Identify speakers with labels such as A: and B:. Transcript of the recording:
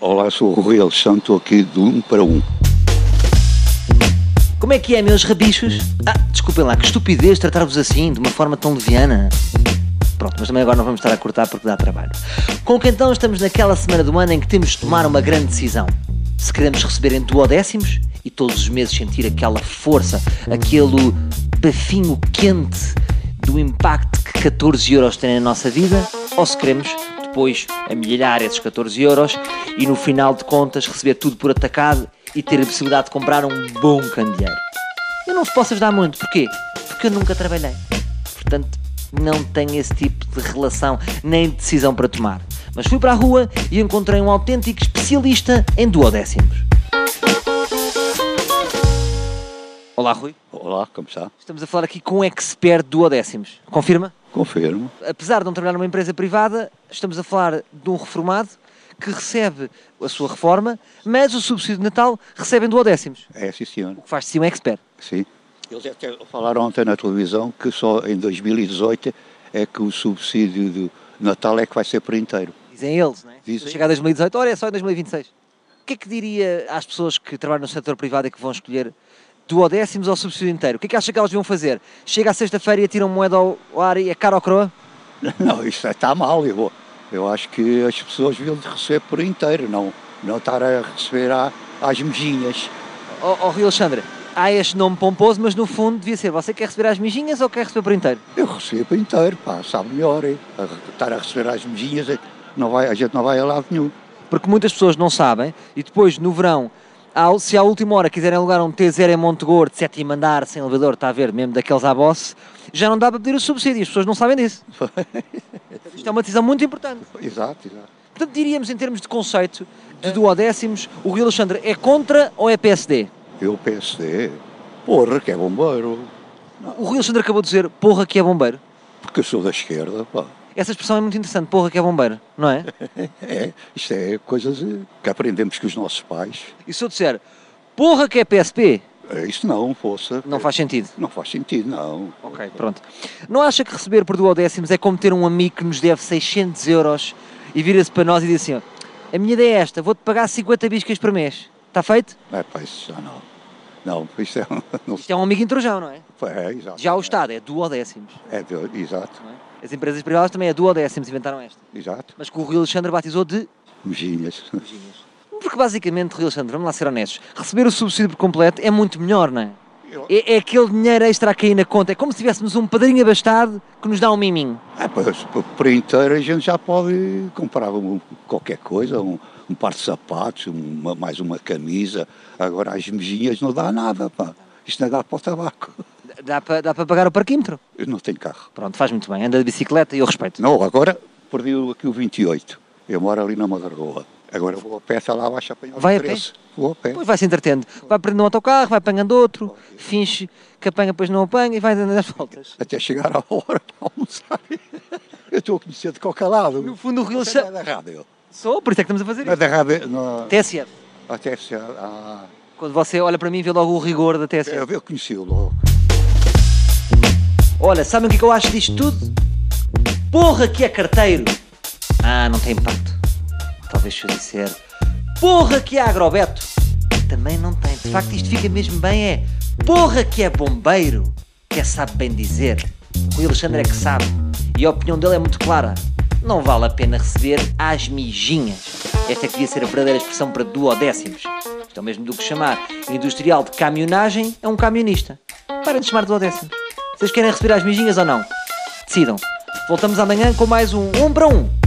A: Olá, sou o Rui Alexandre, estou aqui de um para um.
B: Como é que é, meus rabichos? Ah, desculpem lá, que estupidez tratar-vos assim, de uma forma tão leviana. Pronto, mas também agora não vamos estar a cortar porque dá trabalho. Com que então estamos naquela semana do ano em que temos de tomar uma grande decisão. Se queremos receber em duodécimos e todos os meses sentir aquela força, aquele bafinho quente do impacto que 14 euros tem na nossa vida, ou se queremos depois amilhar esses 14 euros e no final de contas receber tudo por atacado e ter a possibilidade de comprar um bom candeeiro. Eu não vos posso ajudar muito, porquê? Porque eu nunca trabalhei. Portanto, não tenho esse tipo de relação nem de decisão para tomar. Mas fui para a rua e encontrei um autêntico especialista em duodécimos. Olá, Rui.
A: Olá, como está?
B: Estamos a falar aqui com um expert duodécimos. Confirma?
A: Confirmo.
B: Apesar de não trabalhar numa empresa privada, estamos a falar de um reformado que recebe a sua reforma, mas o subsídio de Natal recebe em duodécimos.
A: É, sim, senhor.
B: Faz-se sim um expert.
A: Sim. Eles até falaram ontem na televisão que só em 2018 é que o subsídio do Natal é que vai ser por inteiro.
B: Dizem eles, não é?
A: Dizem.
B: Se chegar a 2018, olha, é só em 2026. O que é que diria às pessoas que trabalham no setor privado e que vão escolher duodécimos ao subsídio inteiro? O que é que acha que elas deviam fazer? Chega à sexta-feira e atiram moeda ao ao ar e é cara ou croa?
A: Não, isso é, está mal. Eu, eu acho que as pessoas deviam de receber por inteiro, não, não estar a receber à, às mejinhas.
B: Ó oh, Rio Alexandre, há este nome pomposo, mas no fundo devia ser você quer receber as mijinhas ou quer receber por inteiro?
A: Eu recebo por inteiro, pá, sabe melhor. hein? A re- Estar a receber às mejinhas, eh, não vai, a gente não vai a lado nenhum.
B: Porque muitas pessoas não sabem e depois no verão, ao- se à última hora quiserem alugar um T0 em Montegor de sétimo andar, sem elevador, está a ver, mesmo daqueles à bosse, já não dá para pedir o subsídio, as pessoas não sabem disso. Isto é uma decisão muito importante.
A: Exato, exato.
B: Portanto, diríamos em termos de conceito, de duodécimos, o Rio Alexandre é contra ou é PSD?
A: Eu PSD, porra, que é bombeiro,
B: O Rio Alexandre acabou de dizer, porra que é bombeiro.
A: porque eu sou da esquerda, pá.
B: Essa expressão é muito interessante, porra que é bombeiro, não é?
A: É, isto é coisas eh, que aprendemos com os nossos pais.
B: E se eu disser, porra que é PSP,
A: É, Isso não, força.
B: não faz sentido.
A: Não faz sentido, não.
B: Ok, pronto. Não acha que receber por duodécimos é como ter um amigo que nos deve 600 euros e vira-se para nós e diz assim, ó, a minha ideia é esta, vou-te pagar 50 biscas por mês. Está feito?
A: É, pá, isso já não. Não, isto é. Não,
B: Isto é um amigo introjão, não é?
A: é exato.
B: Já o Estado é duodécimos.
A: É, de- exato,
B: não é? As empresas privadas também é duodécimos, inventaram esta.
A: exato.
B: Mas que o Rio Alexandre batizou de
A: Mejinhas.
B: Porque basicamente, Rio Alexandre, vamos lá ser honestos, receber o subsídio por completo é muito melhor, não é?
A: Eu-
B: É, é aquele dinheiro extra a cair na conta, é como se tivéssemos um padrinho abastado que nos dá um miminho.
A: É, pá, se por- por inteiro a gente já pode comprar um- qualquer coisa, um, um par de sapatos, um, uma- mais uma camisa. Agora as mejinhas não dá nada, pá. Isto não dá para o tabaco.
B: Dá para dá para pagar o parquímetro.
A: Eu não tenho carro.
B: Pronto, faz muito bem, anda de bicicleta e eu respeito.
A: Não, é? agora perdi o- aqui o 28. Eu moro ali na Madargoa. Agora vou a pé até lá abaixo apanhar
B: Vai
A: o
B: a pé?
A: 13. Vou a pé.
B: Depois vai se entretendo, vai prendendo um autocarro, vai apanhando outro, finge que apanha, depois não apanha e vai dando as voltas.
A: Até chegar à hora de almoçar. Eu estou a conhecer de qualquer lado.
B: No fundo, o Rio
A: Você não
B: Alexandre.
A: é da rádio.
B: Sou, por isso é que estamos a fazer
A: Não é
B: isto.
A: da rádio. Não,
B: TSF.
A: até se. Ah,
B: Quando você olha para mim, vê logo o rigor da TSF.
A: eu eu conheci-o logo.
B: Olha, sabem o que é que eu acho disto tudo? Porra que é carteiro! Ah, não tem impacto. Talvez se eu disser porra que é agrobeto! Também não tem. De facto, isto fica mesmo bem é porra que é bombeiro! Que é sabe bem dizer. O Alexandre é que sabe. E a opinião dele é muito clara. Não vale a pena receber as mijinhas. Esta é que devia ser a verdadeira expressão para duodécimos. Isto é o mesmo do que chamar industrial de camionagem a um camionista. Parem de chamar duodécimos. Vocês querem receber as mijinhas ou não? Decidam. Voltamos amanhã com mais um 1 para 1.